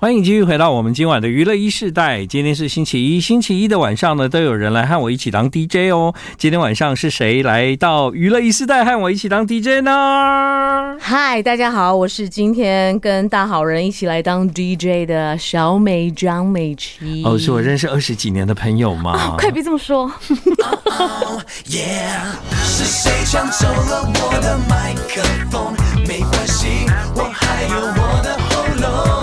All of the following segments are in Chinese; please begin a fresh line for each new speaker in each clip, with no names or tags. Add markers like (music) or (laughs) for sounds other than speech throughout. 欢迎继续回到我们今晚的娱乐一世代。今天是星期一，星期一的晚上呢，都有人来和我一起当 DJ 哦。今天晚上是谁来到娱乐一世代和我一起当 DJ
哎
呢？
嗨，大家好，我是今天跟大好人一起来当 DJ 的小美张美琪。
哦，是我认识二十几年的朋友嘛。
哦快别这
(laughs)
么说，
Yeah，是谁抢走了我的麦克风？没关系，我还有我的喉咙。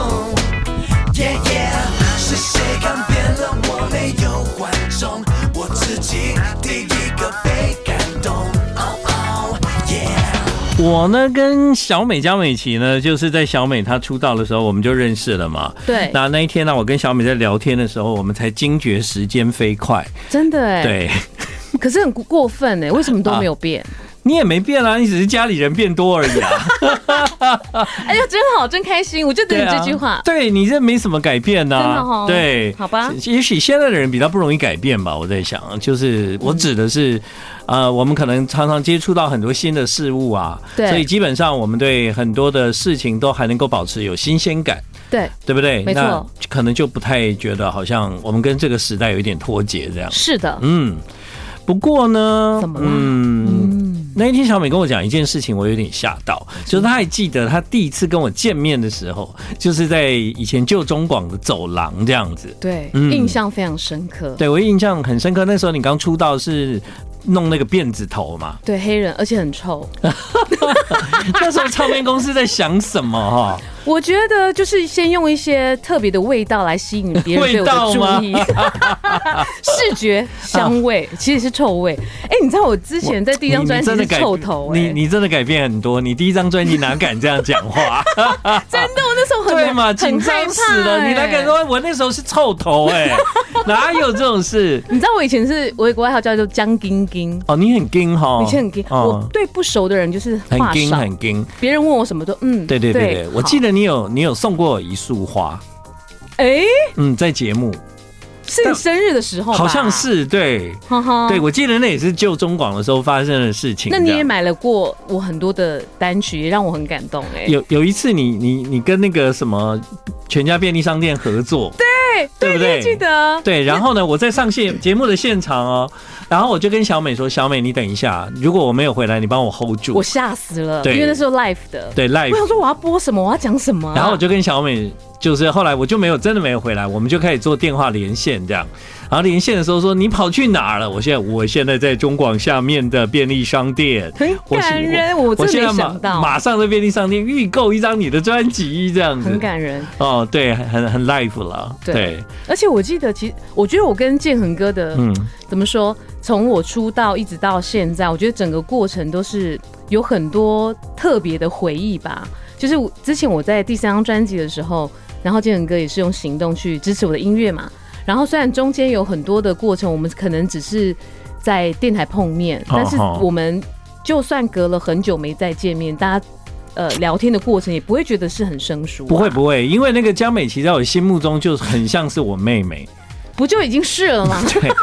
Yeah yeah，是谁看扁了我没有观众？我自己第一个被感动。Oh oh yeah，
我呢跟小美江美琪呢，就是在小美她出道的时候我们就认识了嘛。
对
那那一天呢、我跟小美在聊天的时候，我们才惊觉时间飞快。
真的哎。。
对。 (laughs)
可是很过分哎，为什么都没有变？
你也没变啊，你只是家里人变多而已啊。
(laughs) 哎呀，真好，真开心，我就等你
啊，
这句话。
对你这没什么改变呐、
真的哦
对，
好吧
也许现在的人比较不容易改变吧。我在想，就是我指的是，呃，我们可能常常接触到很多新的事物啊，
对
所以基本上我们对很多的事情都还能够保持有新鲜感。
对，
对不对？
没错
那可能就不太觉得好像我们跟这个时代有一点脱节这样。
是的，
嗯，不过呢，
怎么了
嗯，那一天小美跟我讲一件事情，我有点吓到，
嗯
就是她还记得她第一次跟我见面的时候，就是在以前旧中广的走廊这样子。
对，
嗯
印象非常深刻。
对我印象很深刻，那时候你刚出道是弄那个辫子头
(laughs)
嘛，
对黑人，而且很臭。 (laughs)
那时候唱片公司在想什么哈？
我觉得就是先用一些特别的味道来吸引别人
(laughs)
对
味
我的
道吗
注意，
(laughs)
视觉香味其实是臭味。哎、你知道我之前在第一张专辑
你
是
你真的改
臭头、哎，
你你真的改变很多，你第一张专辑哪敢这样讲
(laughs)
话？
真的，我那时候很
对嘛，紧
很
张
害怕、
死了！你哪
哎
敢？说？我那时候是臭头哎、
(laughs)
哪有这种事？
你知道我以前是我有个外号叫做江晶晶，
哦，你很硬哈，
以前很晶、我
哦
对不熟的人就是话
很硬
少，
很硬。
别人问我什么都嗯，
对对对对，我记
得
得你有你有送过我一束花，
哎、
嗯，在节目
是你生日的时候吧，
好像，是对
哈哈
对，。我记得那也是旧中广的时候发生的事情。
那你
这
也
样
买了过我很多的单曲，也让我很感动哎、
有有一次你你你跟那个什么全家便利商店合作，对
对
不
你
对
也记得，
对，然后呢，我在上线节目的现场哦，然后我就跟小美说：“小美，你等一下，如果我没有回来，你帮我 hold 住。
我吓死了，
对
因为那时候 live 的，
对
我
live，
想说我要播什么，我要讲什么啊、
然后我就跟小美，就是后来我就没有真的没有回来，我们就开始做电话连线这样。然后连线的时候说你跑去哪儿了？我现在我现在在中广下面的便利商店，
很
我
感人，我真
现
的
在
没
马
想到，
马上在便利商店预购一张你的专辑这样子
很。感人。
哦，对，很很很 live 了，
对而且我记得，其实我觉得我跟建恒哥的、
嗯，
怎么说，从我出道一直到现在，我觉得整个过程都是有很多特别的回忆吧。就是我之前我在第三张专辑的时候，然后建恒哥也是用行动去支持我的音乐嘛。然后虽然中间有很多的过程，我们可能只是在电台碰面，但是
哦
我们就算隔了很久没再见面，大家呃聊天的过程也不会觉得是很生疏啊、
不会不会，因为那个江美琪在我心目中就很像是我妹妹，
不就已经是了吗？
对。 (laughs)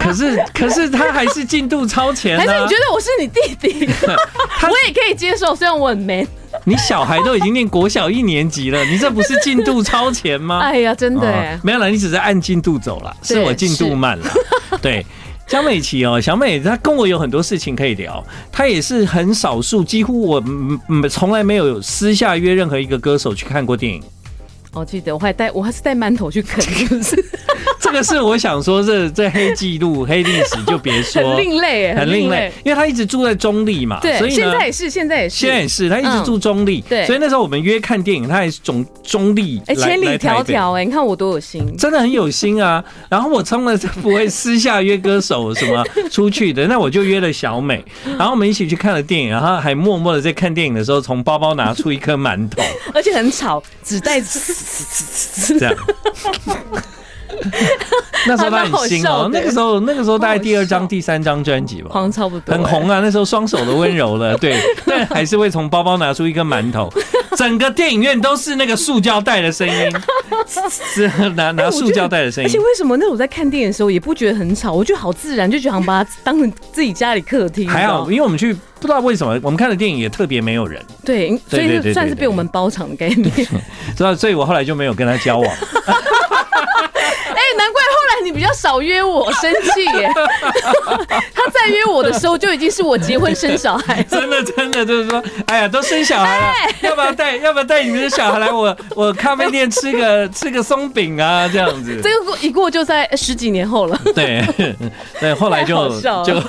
可是可是她还是进度超前、啊，
还是你觉得我是你弟
(laughs)
弟？我也可以接受，虽然我很 man。
你小孩都已经念国小一年级了，你这不是进度超前吗？
哎呀，真的
啊
哎，
没有啦，你只是按进度走了，
对
是我进度慢了。 (laughs) 对，江美琪哦，小美她跟我有很多事情可以聊，她也是很少数，几乎我嗯嗯从来没有私下约任何一个歌手去看过电
(laughs)
影。
我哦记得我还带我还是带馒头去啃，是
(laughs)
不是？
这个是我想说，这这黑记录、黑历史就别说，
(laughs) 很另类哎，
很另类。，因为她一直住在中立嘛，所
对，
以
现
呢。
在也是，现在也是。
现在也是，她一直
嗯
住中立，
对
所以那时候我们约看电影，她还是总中立来，
哎，千里
来台
迢
北
迢哎，你看我多有心。
真的很有心啊。然后我从来不会私下约歌手什么出去的，那我就约了小美，然后我们一起去看了电影，然后还默默的在看电影的时候，从包包拿出一颗馒头，
(laughs) 而且很吵，只带
这样。那时候他很新
还蛮
哦
好笑，的
那个时候那个时候大概第二
好
张、
笑
第三张专辑吧，
好像差不哎多、
很红啊。那时候双手的温柔了，对，但还是会从包包拿出一个馒头，整个电影院都是那个塑胶袋的声音， (laughs) 是拿
哎
拿
我觉
塑
得
胶袋的声
而且
音。
为什么那时候我在看电影的时候也不觉得很吵，我觉得好自然，就觉得好像把它当成自己家里客厅。
还好，
你知道吗
因为我们去不知道为什么，我们看的电影也特别没有人，
对，所
对对
以
对
就算是
对
被我们包场的概念。
所以所以我后来就没有跟他交
(laughs)
往。
哎、难怪后来你比较少约我，生气耶。 (laughs) 他再约我的时候，就已经是我结婚生小孩 (laughs)
真的真的就是说，哎呀，都生小孩了，
哎
要不要带要不要带你们的小孩来我我咖啡店吃个吃个松饼啊，这样子。
这个过一过就在十几年后
(laughs)
了。
对对，后来就
太好笑了
就。 (laughs)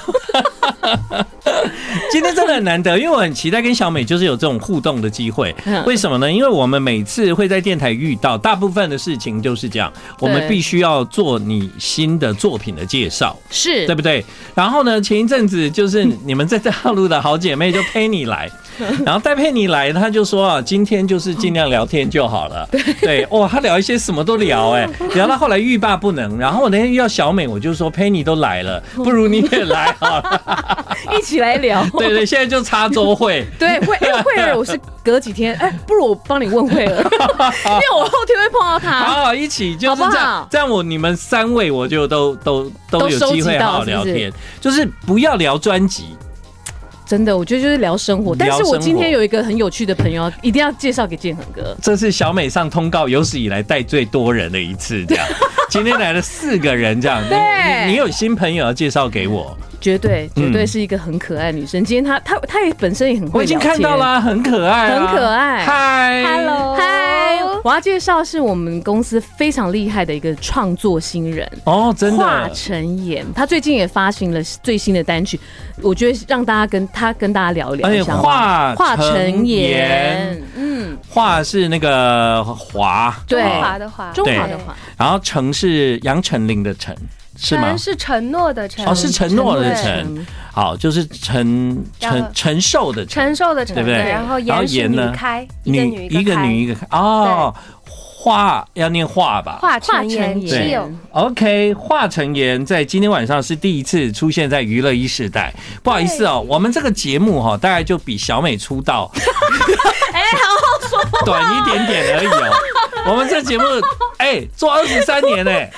今天真的很难得，因为我很期待跟小美就是有这种互动的机会
嗯。
为什么呢？因为我们每次会在电台遇到，大部分的事情就是这样，我们
对
必须要做你新的作品的介绍。
是
对不对？然后呢，前一阵子就是 (laughs) 你们在大陆的好姐妹就陪你来，然后戴佩妮来，她就说啊，今天就是尽量聊天就好了。对，哇，她聊一些什么都聊、
(laughs)
哎，聊到后来欲罢不能。然后我那天遇到小美，我就说佩妮都来
(laughs)
了，不如你也来好了。
一起来聊。
对对，现在就插周会。
(laughs) 对，慧哎慧儿，我是隔几天，哎，不如我帮你问慧儿，因 (laughs) 为我后天会碰到她。
好，一起就是
(laughs) 好不
这样
好，
这样我你们三位我就都都都
都
有
收
机
集
会好好
到是不
聊
是
天，就是不要聊专辑，
真的，我觉得就是聊生活。
嗯聊
但是我今
生活
天有一个很有趣的朋友，一定要介绍给建恒哥。
这是小美上通告有史以来带最多人的一次，这样。今天来了四个人，这样。你
对
你你有新朋友要介绍给我，
绝对绝对
嗯
是一个很可爱的女生。今天她她她也本身也很会
我已经看到
了。
啦，很可爱啊、
很可爱
嗨
Hello
嗨，我要介绍是我们公司非常厉害的一个创作新人。
哦，真
华
的，
晨妍，她最近也发行了最新的单曲，我觉得让大家跟她跟大家聊一聊
而且
一下好不好。
哎华晨
晨
妍
妍，嗯，
华是那个华，
对
中华
啊
的华，
中华
对
的华，
然后成是杨丞琳的丞，是吗
承？是承诺的承，
哦，是承诺的
承
对
承，好，就是承
然后
承承受的承
承，受的承，
对不对
然后
然后
言是
言
女
呢
开，一个女
一个
开
女一个开哦，华要念华吧，
化成
化成
言
对
是
言
有
OK，华晨妍在今天晚上是第一次出现在娱乐一时代，不好意思哦，我们这个节目哈、大概就比小美出道， (laughs) 哎，好好说、短一点点而已哦。我们这节目哎、做二十三年呢、哎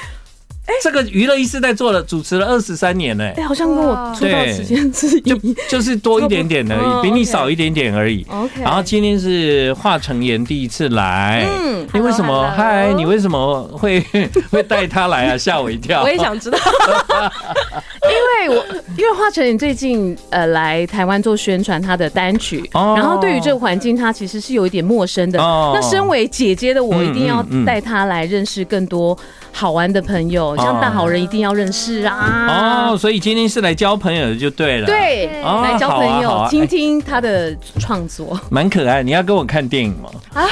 这个娱乐一时代做了主持了二十三年呢、
哎，好像跟我出道时间
(laughs)
是
就
一。
就是多一点点而
哦
已，比你
OK
少一点点而已。
OK，
然后今天是华晨妍第一次来，
嗯
你为什么？
Hello，Hello
嗨，你为什么会 (laughs) 会带她来啊？ (laughs) 吓我一跳！
想知道，
(laughs) 因为我因为华晨宇最近呃来台湾做宣传他的单曲，
哦
然后对于这个环境他其实是有一点陌生的。
哦
那身为姐姐的我，
嗯
一定要
嗯嗯
带他来认识更多好玩的朋友，像大好人一定要认识啊。
哦，所以今天是来交朋友的就对了。，
对，
哦
来交朋
好啊好
友
啊，
听听他的创作。
蛮可爱。你要跟我看电影吗？ (laughs)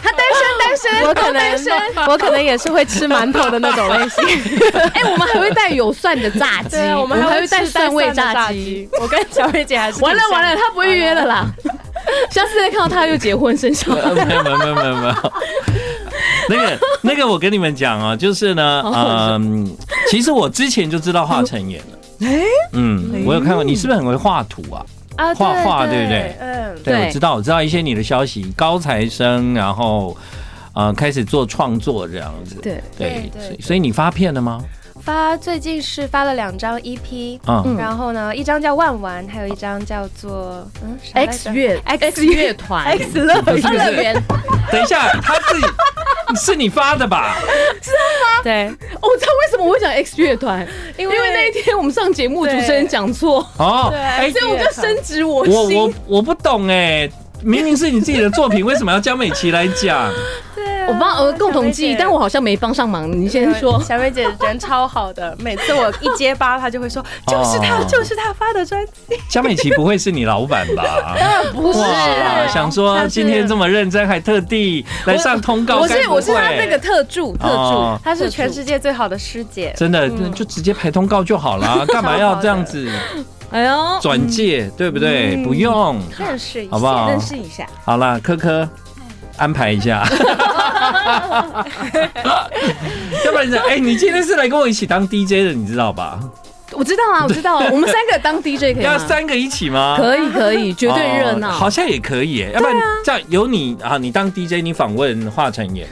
他单身单
我
身，
可
单身。
能我可能也是会吃馒头的那种类型。
哎，我们还会带有蒜的炸鸡，
(laughs) 对，我们还会
带
带
蒜
蒜
味
味
炸
炸
鸡。
鸡。我跟小薇姐还是
完了完了，他不会约了啦。下次再看到他又结婚生小孩。
呃没有没有没有没有没有。那个那个，我跟你们讲啊，就是呢，
哦
嗯，其实我之前就知道华晨妍了。嗯，我有看过，你是不是很会画图啊？
啊，
画
对
画对不对
嗯，
对，
对
我知道，我知道一些你的消息，高材生，然后呃，开始做创作这样子。
对
对，
对
对
所以所以你发片了
(laughs)
吗？
发最近是发了两张 EP。
嗯，
然后呢，一张叫《万玩》，还有一张叫做嗯啥来着
X 乐
X
X 乐团 (laughs)
X 乐
二
园，
乐园，哦
等一下，他自己是你发的吧？
(laughs)
对，
我知道为什么我会讲 X 乐团，
因
因为那一天我们上节目，主
对
持人讲错，
哦，
对
哎
(laughs) 所以我就深植我
我
心
我。我不懂哎、明明是你自己的作品，为什么要江美琪来
(laughs)
讲？
对啊，
我帮呃共同
小薇
记
姐，
但我好像没帮上忙。你
呃
先
(laughs)
说，
小妹姐人超好的，每次我一结巴，她就会说就是她
哦，
就是她发的专辑。
江美琪不会是你老板吧？
不是啊
哇，想说今天这么认真，还特地来上通告，
我
该不
是
会
我是他那个特助特
哦
助，
她是
特助
全世界最好的师姐，
真的
嗯
就直接排通告就好了，干嘛要这样子
哎呦，
转介，对不对？
嗯
不用，
认识一下，
好不好
认识一下，
好啦，科科，安排一
(laughs)
下，要不然你哎、你今天是来跟我一起当 DJ 的，你知道吧？
我知道啊，我知道啊，我们三个当 DJ 可以
要
吗？
三个一起吗？
啊可以可以，绝对热闹。
哦好像也可以耶，要不然这样有你啊，你当 DJ，你访问华晨也，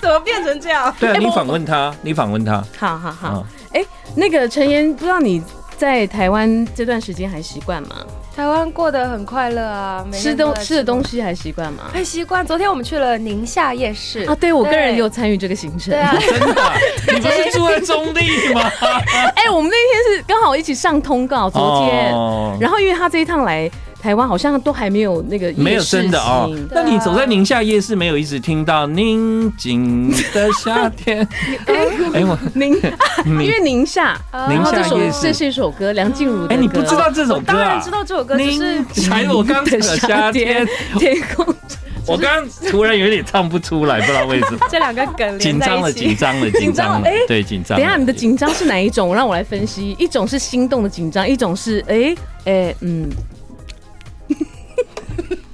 怎么变成这样？
对啊，
哎
你
我
访问他，你访问
(laughs)
他，
好好好
嗯，
哎、那个陈妍，不知道你在台湾这段时间还习惯吗？
台湾过得很快乐啊，每
吃
天都
东
在
吃的东西还习惯吗？
很哎习惯。昨天我们去了宁夏夜市
啊，对我个人
对
有参与这个行程。
对啊，
真的啊，你不是住在中立吗？
(laughs) 哎、我们那天是刚好一起上通告，昨天。
哦
然后因为他这一趟来台湾，好像都还没有那个夜市
没有真的哦
行，
那你走在宁夏夜市，没有一直听到宁静的夏
(laughs)
天？哎我 (laughs)
宁，啊因为宁夏，
宁
然后这
夏
首
夜
这
市，
是一首歌，梁静茹的歌。
哎，你不知道这首歌
当然
啊
知？道这首歌，只是
宁还我刚
(laughs)
的夏天，，
(laughs) 天空。
(laughs) 我刚突然有点唱不出来，不知道为什么。
这两个梗
紧
(laughs) 连在
张了，
一
紧
起。哎
张了，
(laughs)
紧张了，对，紧张
等
了。
一下，你的紧张是哪一种？让我来分析。一种是心动的紧张，一种是哎哎、嗯，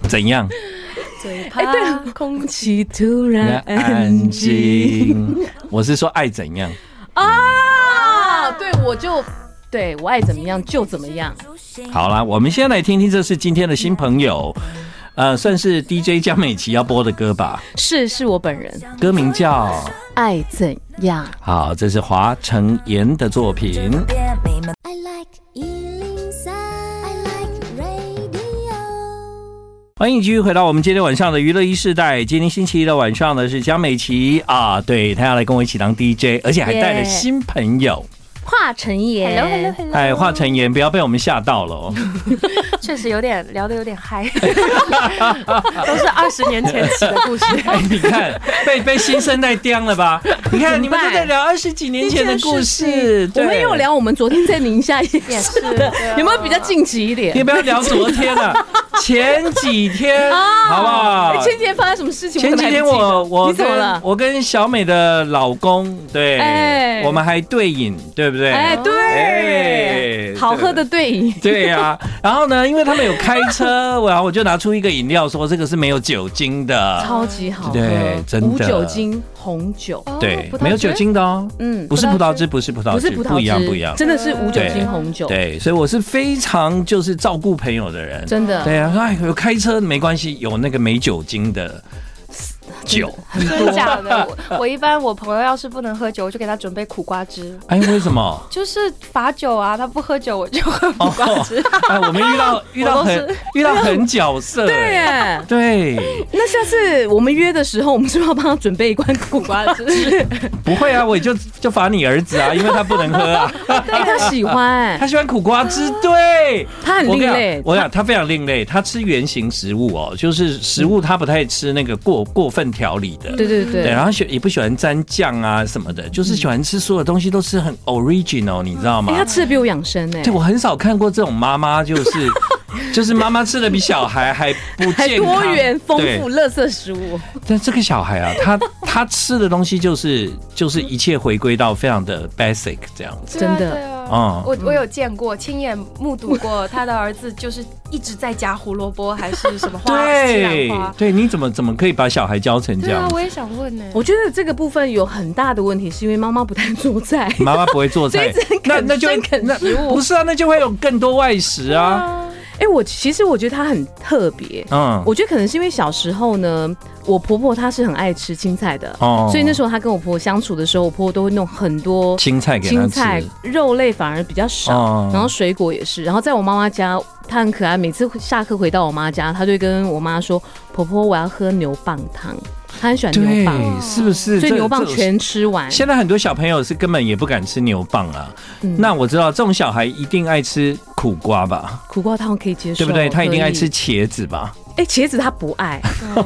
怎样？
嘴
哎、对了，空气突
嗯
然安静。，
我是说爱
(laughs)
怎样？
啊！对，我就对我爱怎么样就怎么样。
好啦，我们先来听听，这是今天的新朋友，呃，算是 DJ 江美琪要播的歌吧，
是是我本人
歌名叫
爱怎样？
好，这是华晨妍的作品。
I like Ealing Sound. I like radio.
欢迎继续回到我们今天晚上的娱乐一世代。今天星期一的晚上呢，是江美琪啊，对她要来跟我一起当 DJ，而且还带了新朋友。
华晨妍
Hello Hello Hello，
哎，华晨妍，不要被我们吓到了
(laughs)
哦。
确实有点聊的有点嗨， (laughs)
都是二十年前起的
(laughs)
故事。
哎，你看，被被新生代刁了吧？你看，你们都在聊二十几年前的故事，
我
对
们也有。聊我们昨天在宁夏夜
也
市
是
的，有没有比较近期一
你
点？
不要聊昨天
(laughs)
了，前几天好不好？
啊哎前几天发生什么事情？
前
我
几
怎么
天
还不记得
我我
你怎么
跟
了？
我跟小美的老公，对
哎，
我们还对饮，对不对？
哎，对，
哎
好喝的对饮。
对呀、然后呢，因为他们有开车，我然后我就拿出一个饮料说这个是没有酒精的，
超级好喝，
对真的
无酒精红酒，
对
葡萄，汁
没有酒精的哦，
嗯，
不是葡萄汁，不是葡萄
不
汁，
是葡萄汁，
不一样，不一样。
真的是无酒精红酒，
对，所以我是非常就是照顾朋友的人。
真的
对啊，哎，有开车没关系，有那个没酒精的酒。
真假的？我我一般我朋友要是不能喝酒，我就给他准备苦瓜汁，
哎，为什么？
就是罚酒啊， (laughs) 他不喝酒我就喝苦瓜汁。
哎，我们遇到遇到
我都
很遇到很角色。哎
对耶。
对，
那下次我们约的时候，我们是不是要帮他准备一罐苦
(laughs)
瓜汁？
不会啊，我也就就罚你儿子啊，因为他不能喝啊，
哎，他喜欢
他，喜欢苦瓜汁。对，
(laughs) 他很
我跟
另
你
类
讲，。我讲他非常另类，他吃圆形食物哦，就是食物他不太吃那个过过分调理的。
嗯对对嗯
对，啊
对，
然后喜也不喜欢沾酱啊什么的，就是喜欢吃所有东西都是很 original，你知道
哎，
吗
他？吃的比我养生哎
对，，我很少看过这种妈妈，就是
(laughs)
就是妈妈吃的比小孩还不
还
健康，
多元丰
对
富，垃圾食物。
但这个小孩啊，他 (laughs) 他吃的东西就是就是一切回归到非常的 basic 这样子。
对啊
真的
对啊
嗯
我我有见过，亲眼目睹过他的儿子，就是一直在夹胡萝卜还是什么花，西兰
对
花。
对，你怎么怎么可以把小孩教成这
对啊
样，子？
我也想问呢、
我觉得这个部分有很大的问题，是因为妈妈不太做菜。
妈妈不会做
(laughs)
菜
所以只能，
那那
啃
就会
生啃
那
食物
不是啊，那就会有更多外食啊。
(laughs) 哎，我其实我觉得他很特别，
嗯，
我觉得可能是因为小时候呢，我婆婆她是很爱吃青菜的，
哦
所以那时候她跟我婆婆相处的时候，我婆婆都会弄很多
青菜给他
青菜
吃，、
肉类反而比较少，
哦
然后水果也是。然后在我妈妈家，她很可爱，每次下课回到我妈家，她就会跟我妈说：“婆婆，我要喝牛蒡汤。”她很喜欢牛
对
蒡，，
是不是？
所以
这
牛蒡
这
全吃完。
现在很多小朋友是根本也不敢吃牛蒡啊。
嗯
那我知道这种小孩一定爱吃苦瓜吧，
苦瓜汤可以接受，
对不对？他一定爱
可以
吃。茄子吧？
哎，茄子她不爱，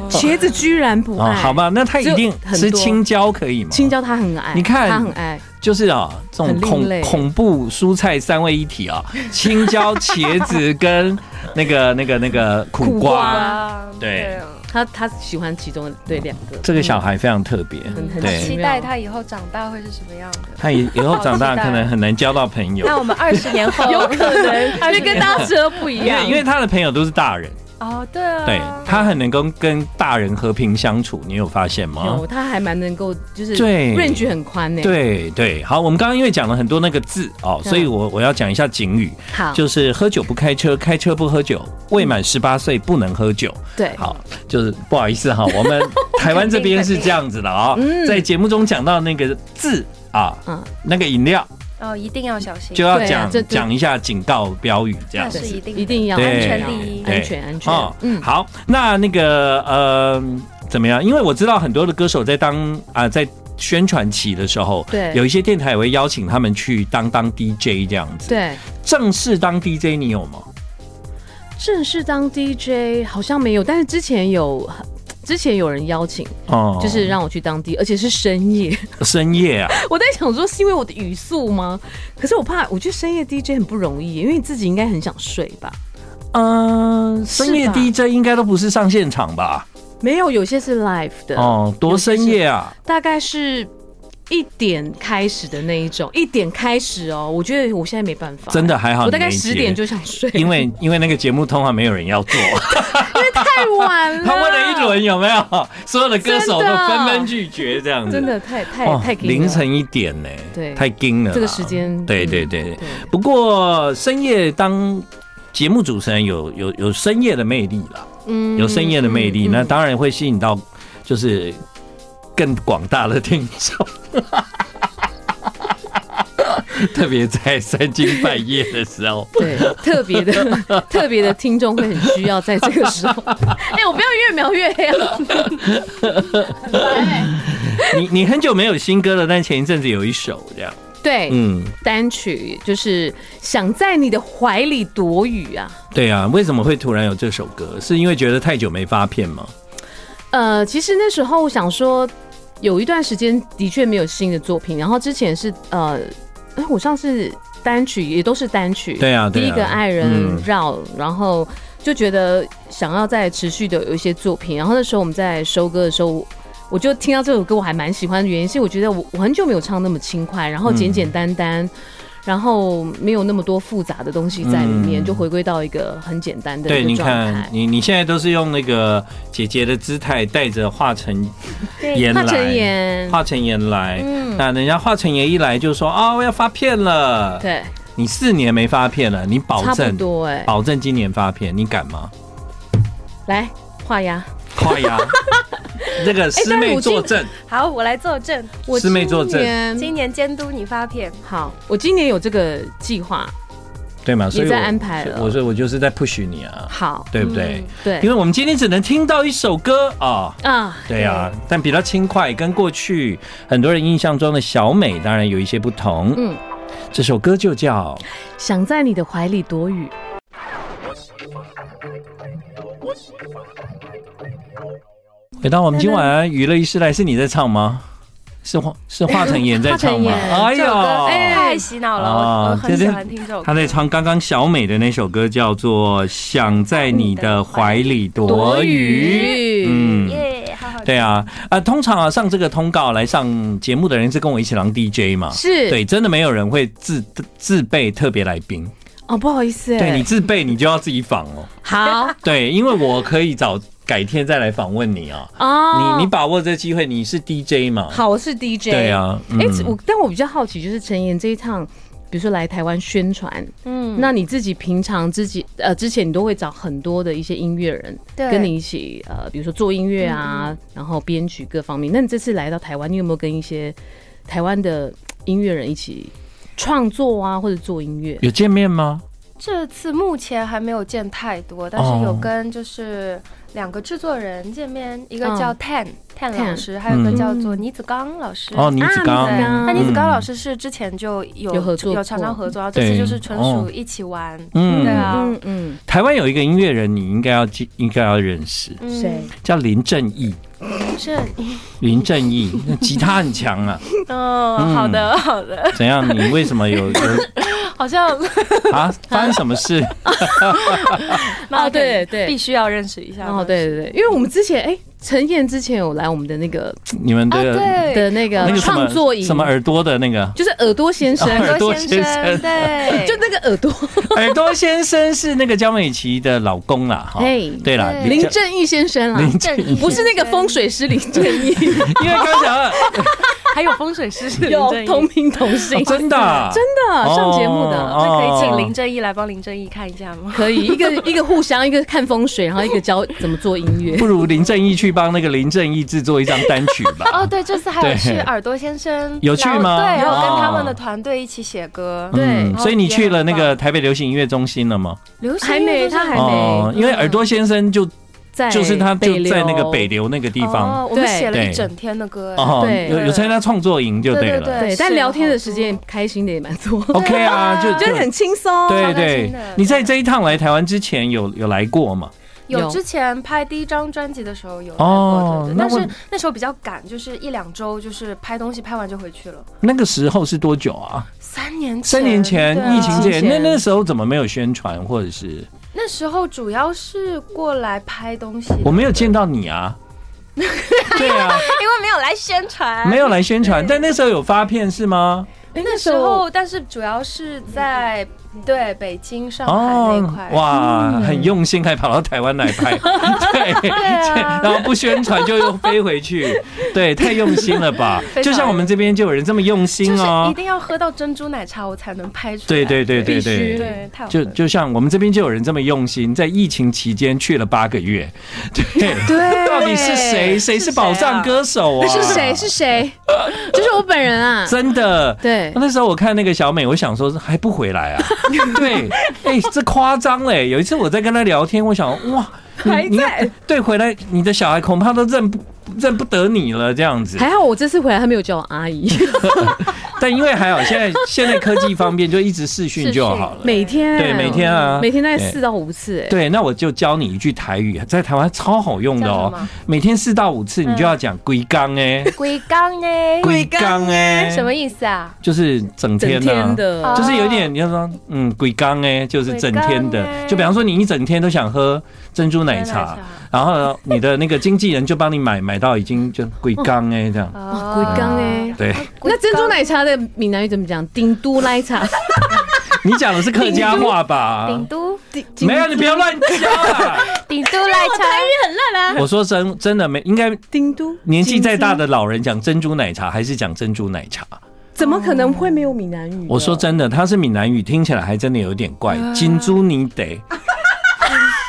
茄子居然不
啊、
爱。
好，吧，那他一定
只有
吃
很多
青椒可以吗？
青椒她很爱。
你看
她很爱。
就是啊、这种
很另
恐
类
恐怖蔬菜三位一体啊、青椒、茄子跟那个 (laughs) 那个那个苦
苦
瓜。
瓜
啊，
对
啊，
他他喜欢其中的对两个，
这个小孩非常特别，
很嗯很
好
对
期待他以后长大会是什么样的。
他以以后长大可能很难交到朋友，
嗯 (laughs)
那我们二十年后 (laughs) 有可能
因为跟大家吃的不一
因为
样，嗯
因为他的朋友都是大人，
哦，对啊，
对他很能够跟大人和平相处，你有发现吗
有，？他还蛮能够，就是
对
range 很宽呢。，
对对，好，我们刚刚因为讲了很多那个字哦，所以我我要讲一下警语，
嗯好，
就是喝酒不开车，开车不喝酒，未满十八岁不能喝酒。
对，
好，就是不好意思
(laughs)
哈，我们台湾这边是这样子的啊、
嗯
在节目中讲到那个字啊，
嗯
那个饮料
哦，一定要小心
就，要
对啊
讲
这这
讲、一下警告标语这样
那
子
是。一定
一定要
对
安全第一
对
安全安全
哦。
嗯，
好，那那个呃，怎么样？因为我知道很多的歌手在当啊、在宣传期的时候，
对
有一些电台也会邀请他们去当当 DJ 这样子。，
对，
正式当 DJ 你有吗？
正式当 DJ 好像没有，但是之前有，之前有人邀请，
哦
就是让我去当 D，而且是深夜。 (laughs)
深夜啊，
我在想说是因为我的语速吗？可是我怕，我觉得深夜 DJ 很不容易，因为你自己应该很想睡吧？
嗯、深夜
是吧
DJ 应该都不是上现场吧？
没有，有些是 live 的，
哦，多深夜啊！
大概是。一点开始的那一种，一点开始哦，我觉得我现在没办法，
真的还好
我大概
你没
十
接
点就想睡，
因为因为那个节目通常没有人要做，
(laughs) 啊太晚
(laughs)
了，
他问了一轮有没有， (laughs) 所有的歌手
真
都
的
纷纷拒绝这样子，
真的太太、
哦
太给力了
凌晨一点呢，
对
太惊了啦，
这个时间，
对
嗯
对对。不过深夜当节目主持人有有有深夜的魅力啦，
嗯
有深夜的魅力，
嗯嗯
那当然会吸引到就是更广大的听众。 (laughs) 特别在三更半夜的时
(laughs)
候，
对特别的 (laughs) 特别的听众会很需要在这个时候。哎、我不要越描越黑了。
嗯你你很久没有新歌了，但前一阵子有一首这样，
对，
嗯，
单曲就是想在你的怀里躲雨啊。
对啊，为什么会突然有这首歌？是因为觉得太久没发片吗？
呃，其实那时候我想说，有一段时间的确没有新的作品，然后之前是呃，哎，我上次单曲也都是单曲，
对啊对啊
第一个爱人
嗯
绕，然后就觉得想要再持续的有一些作品，然后那时候我们在收歌的时候。我就听到这首歌，我还蛮喜欢的原因是，我觉得我我很久没有唱那么轻快，然后简简
嗯
单单，然后没有那么多复杂的东西在里
嗯
面，就回归到一个很简单的
对，
一
你
个状
看
态，。
你你现在都是用那个姐姐的姿态，带着华
(laughs)
晨妍来，
华晨妍嗯
华晨妍来，那人家华晨妍一来就说啊、我要发片了，
对，
你四年没发片了，你保
差不
证
多哎、
保证今年发片，你敢 (laughs) 吗？
来画押，
快 (laughs) 呀！这个师
哎但是
妹
我今
作证，
好，我来作证，
我
师妹作
今
证
年
今年监督你发片，
好，我今年有这个计划。
对吗？所以
也在
我
安排了
我说我就是在 push 你啊，
好，
对不对？因
对
为我们今天只能听到一首歌啊、
啊，
对啊，但比较轻快，跟过去很多人印象中的小美当然有一些不同。
嗯，
这首歌就叫
想在你的怀里躲雨。
回到我们今晚娱乐一时代，是你在唱吗？是华是华晨妍在唱吗？
华
哎
这首
呦，
歌
哦
太洗脑了，我我很喜欢听这首
他
歌。
在唱刚刚小美的那首歌，叫做《想在你的怀里躲雨》。嗯，
耶，好好听
对，啊，啊，通常啊上这个通告来上节目的人是跟我一起当 DJ 嘛。
是
对，真的没有人会自自备特别来宾。
哦，不好意思、哎，
对你自备，你就要自己访哦。
好
对，因为我可以找改天再来访问你啊。
哦，
(laughs) 你你把握这机会，你是 DJ 嘛？
好，我是 DJ，
对，啊，嗯
哎、我但我比较好奇，就是陈妍这一趟，比如说来台湾宣传，
嗯
那你自己平常自己呃，之前你都会找很多的一些音乐人
对嗯
跟你一起呃，比如说做音乐啊，然后编曲各方面。那你这次来到台湾，你有没有跟一些台湾的音乐人一起创作啊，或者做音乐？
有见面吗？
这次目前还没有见太多，但
哦
是有跟就是两个制作人见面，一个
嗯
叫 Tan Tan
Tan
老师，还有一个
嗯
叫做倪子刚老师。
哦，倪子刚
啊
对，
倪子刚
那倪子
嗯
刚老师是之前就有
有合作
有常常
过
合作，然后这次就是纯属
对
一起玩。
嗯
对啊，
嗯嗯，
台湾有一个音乐人，你应该要记应该要认识，
嗯
谁？嗯
叫林正义。
是，
(laughs)
林正义，那吉他很强啊。
哦嗯，好的，好的，
怎样？你为什么有有
好
(laughs)
像
啊，发生什么事？
那
哦对对
必须要认识一下。
哦，对对对，因为我们之前哎，陈燕之前有来我们的那个
你们
啊，
的、
对，
的那个
那个什
创
么
作营，
什么耳朵的那
(laughs)
个
就是耳朵先生，
耳朵先
生
生，
对，
(laughs) 就那个耳朵，
耳朵先生是那个江美琪的老公啦，哈
嘿，
对啦，
对
林正义先生啦
林，
正义
不是那个风水师林正义，
因为刚讲了
(laughs) 还有风水师是林
有
正义，哦
同名同姓，
(laughs) 真的啊
真的上节目的。
哦
(laughs) 那可以请林正义来帮林正义看一下吗？
可以，一个一个互相，一个看风水，然后一个教怎么做音乐
(laughs)
不。如林正义去帮那个林正义制作一张单曲吧
(laughs) 哦，。对，这次还有去
对
耳朵先生，
有去吗
然后对，然后
哦
跟他们的团队一起写歌。哦
对
嗯，所以你去了那
也很
个台北流行音乐中心了吗？
流行
还没
音乐就是
他还没
哦，因为耳朵先生就
在
就是他就
北流
在那个北流那个地方
哦，我们
对
写了
对
一整天的歌，哎
哦，
对
有有参加创作营就对
对对
了。
对
对，
是哦
但聊天的时
好
间开心的也蛮多，
OK 啊，就
(laughs) 就是很轻松。
对
超开心
对
的。
你在这一趟来台湾之前有有来过吗？
有
有之前拍第一张专辑的时候有来
哦
过，对对
那
但
我
是那时候比较赶，就是一两周，就是拍东西拍完就回去了。
那个时候是多久啊？
三年前
三年前
对啊
疫情之前，
疫情
那
前
那时候怎么没有宣传，或者是
那时候主要是过来拍东西，
我没有见到你啊？对啊，
因为没有来宣传，
没有来宣传，但那时候有发片是吗？
哎
那时候，但是主要是在对北京、上海那块。
哦哇，很用心，还跑到台湾来拍，对，
啊
然后不宣传就又飞回去，对，太用心了吧？
非常
就像我们这边就有人这么用心
就是
哦
一，定要喝到珍珠奶茶，我才能拍出来。
对对对对
必须
对。
对，太好喝
就
了。
就像我们这边就有人这么用心，在疫情期间去了八个月，对，
对
到底是谁？谁是宝藏歌手啊？
是谁？是谁？ (laughs) 就是我本人
(laughs)
啊。
真的。
对，
那时候我看那个小美，我想说还不回来啊？对，哎、这夸张嘞！有一次我在跟她聊天，我想哇，你
还在
你看对回来，你的小孩恐怕都认不认不得你了这样子。
还好我这次回来，他没有叫我
(laughs)
阿姨，
但因为还好，现在现在科技方便，就一直视讯就好了。
每天
对，每天啊，
每天大概
对
四到五次，哎，
对，那我就教你一句台语，在台湾超好用的
叫什
哦
么。
每天四到五次，你就要讲“龟缸”哎，
龟缸哎，
龟缸哎，
什么意思啊？
就是整
整
天啊呢
天。的。
哦
就是有点，你要说，嗯，鬼刚哎，就是整天
鬼
的
刚。欸
就比方说，你一整天都想喝珍珠奶茶
珍珠奶，
然后呢你的那个经纪人就帮你买，买到已经就鬼刚哎这样。
哦
龟缸哎，
对
那珍珠奶茶的闽南语怎么讲？顶都
(laughs)
奶茶，
你讲的是客家话吧？
顶都
没有，你不要乱教
(laughs)
啦。
顶都奶茶，
很烂啊。
我说真真的没，应该
顶都
年纪再大的老人讲珍珠奶茶，还是讲珍珠奶茶？
怎么可能会没有闽南语？
我说，真的，它是闽南语，听起来还真的有点怪。
啊
金珠你得，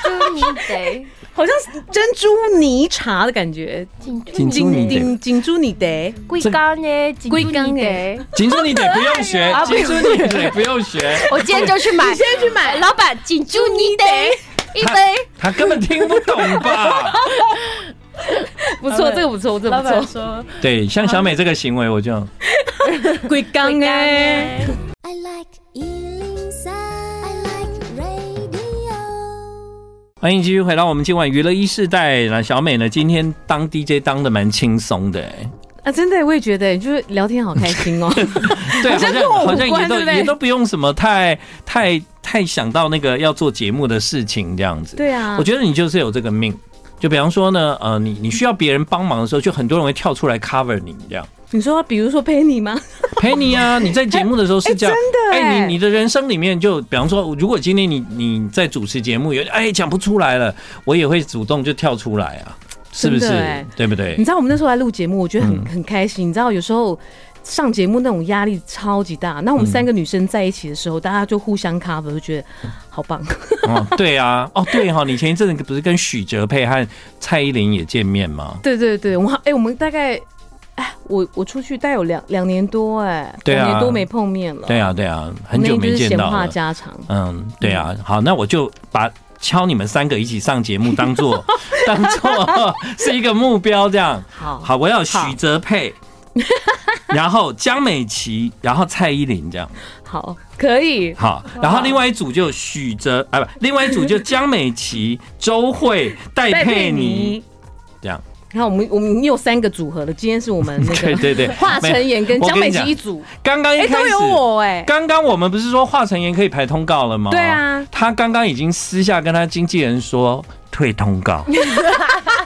都你 (laughs) 得
好像是珍珠泥茶的感觉，
顶都
金珠你得，
顶顶珠你得，
龟缸哎，顶
龟缸
都你
欸
得。
金珠你得不用学，
啊
金珠你得不用学。
我今天就去 (laughs) 买，
先去买
老板，锦珠你得一杯。
他根本听不懂吧？
不错，这个不错，这个
老
不
板
错。
说
(laughs) 对，像小美这个行为，我就
龟缸
欸
哎，
I like Ealing Sound. I like radio.
欢迎继续回到我们今晚娱乐一世代。那小美呢，今天当 DJ 当的蛮轻松的、欸，
啊，真的，我也觉得，就是聊天好开心哦。
(laughs) 对，
(laughs)
啊
好像跟我无
好像也
关
都
对不对
也都不用什么太太太想到那个要做节目的事情这样子。
对啊
我，觉得你就是有这个命。就比方说呢，呃，你你需要别人帮忙的时候，就很多人会跳出来 cover 你这样。
你说，比如说陪你吗？
陪你啊！你在节目的时候是这样，
哎真的哎
你你的人生里面就，比方说，如果今天你你在主持节目有哎讲不出来了，我也会主动就跳出来啊，是不是
真的哎？
对不对嗯
你？知道我们那时候来录节目，我觉得很很开心。你知道有时候上节目那种压力超级大，那我们
嗯
三个女生在一起的时候，大家就互相 cover，就觉得好棒。 (laughs)
哦，对啊，哦对哈、你前一阵子不是跟许哲佩和蔡依林也见面吗？
对对对，我哎、我们大概哎，我我出去大概有两两年多哎、
对啊
两年多没碰面了。
对啊，对啊，很久没见
我们那天就是闲
到
话
了。
家常。
嗯，对啊，好，那我就把敲你们三个一起上节目当做 (laughs) 当做 (laughs) 是一个目标这样。
好
好，我要许哲
(laughs)
佩，然后江美琪，然后蔡依林这样。
好，可以。
好，然后另外一组就许哲啊，不，另外一组就江美琪、周慧、戴
戴
佩
佩
妮
妮
这样。
你看，我们我们又有三个组合了，今天是我们那
(laughs) 对
个
对对，
(laughs) 华晨妍跟
没
江美琪
我跟
一
你讲
组，
刚刚一
哎，
开
都
始
有我哎，
刚刚我们不是说华晨妍可以排通告了吗？
对啊，
他刚刚已经私下跟他经纪人说退通
(laughs)
告，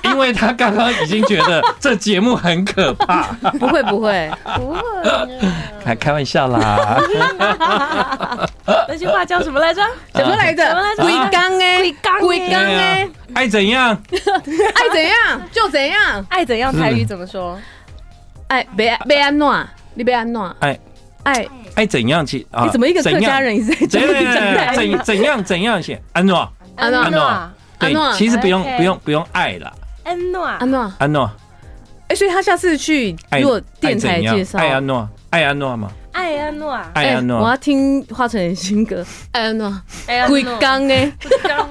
因为他刚刚已经觉得这节目很可怕，
(laughs) 不会不会，
啊
不会，
还开玩笑
(laughs)
啦。
那句话叫什么来着？
怎么来的
怎么来？着
龟缸哎，龟缸龟缸哎，
啊爱怎样？
爱怎样就怎样，
爱怎样台语怎么说？
爱被被哎安诺，你被安诺，
爱
爱，
爱怎样？其啊
哎你哎怎么一个客家？人一直
哎
在
怎
讲
样
讲台
怎
语
样怎样怎样写？安诺，
安
嗯
诺
安诺，对
安，诺哎
其实不用
OK
不用不用爱啦，
安诺啊
安，诺？
安诺，
哎，所以他下次去
爱
如果
爱
电台
怎样
介？绍，哎
爱安诺，爱安诺嘛，
爱安诺啊，
爱安
我
诺
要。听华晨的新歌，哎安诺，
哎呀
龟
(laughs)
缸哎，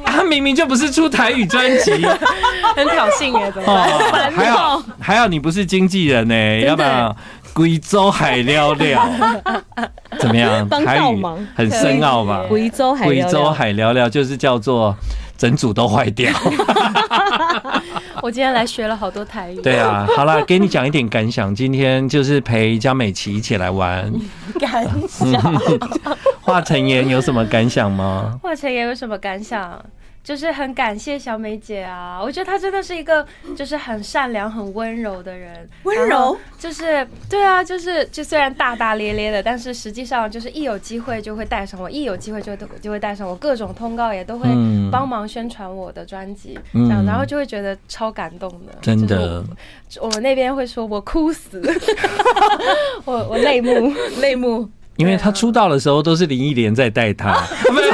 他明明就不是出台语专辑
(laughs)
很挑衅耶，怎么办？
哦，还好还好你不是经纪人呢，要不然贵州海撩
(laughs)
撩怎么样？
帮倒
台语
忙
很深奥吧？
贵州海
贵
聊聊
州海聊聊就是叫做整组都坏掉。
(laughs) 我今天来学了好多台语。
对啊，好啦，给你讲一点感想。今天就是陪江美琪一起来玩，
感
华晨妍有什么感想吗？
华晨也有什么感想？就是很感谢小美姐啊，我觉得她真的是一个就是很善良、很温柔的人。
温
然
柔
后就是对啊，就是就虽然大大咧咧的，但是实际上就是一有机会就会带上我，一有机会就就会带上我，各种通告也都会
嗯
帮忙宣传我的专辑，
嗯
这样，然后就会觉得超感动的。
真
就是
的，
我，我们那边会说我
(laughs)
哭死，我我泪目。
泪目，
因为他出道的时候都是林忆莲在带他，
(laughs)
没有 (laughs)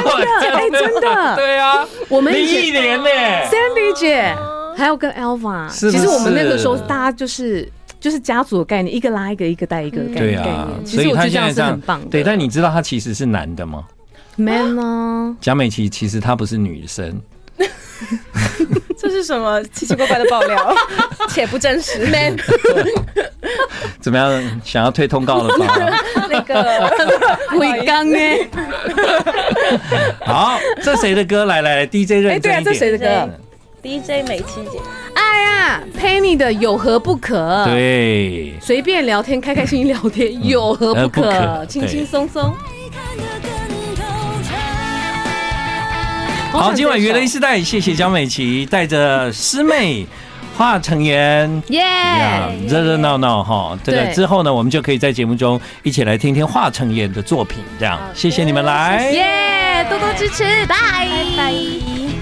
哎，真的，
对啊，
我们
林
以前
忆莲呢？
Sandy 姐，还有跟 Alva，
是不
其实我们那个时候
是
大家就是就是家族的概念，一个拉一个，一个带一个的概
对
念。
啊，
其
所
实
以
我
他
觉得
现
这样
在这
是
样
很棒的。
对，但你知道他其实是男的吗？
man 哦呢？
江美琪其实她不是女生，
这是什么奇奇怪怪的爆
(laughs)
料？且不真
(laughs)
实，man (laughs)
怎么样？想要推通告
(laughs)
了吧？
那个 (laughs)
鬼刚哎，
好，这谁的歌？来来来，DJ
哎，
认
对啊，
真
这
一
谁
点。
的歌？
DJ 美琪姐，
爱啊，Penny 的有何不可？，
对，
随便聊天，开开心心聊天，有何不
嗯呃不可
可？轻轻松松。
被看得更透彻。
好，今晚娱乐一
一，
时代，谢谢江美琪带着师妹华成妍。
耶！
呀热热闹闹哈，这个
对
之后呢，我们就可以在节目中一起来听听华晨妍的作品，这样，谢谢你们来，
耶，多多支持，拜拜。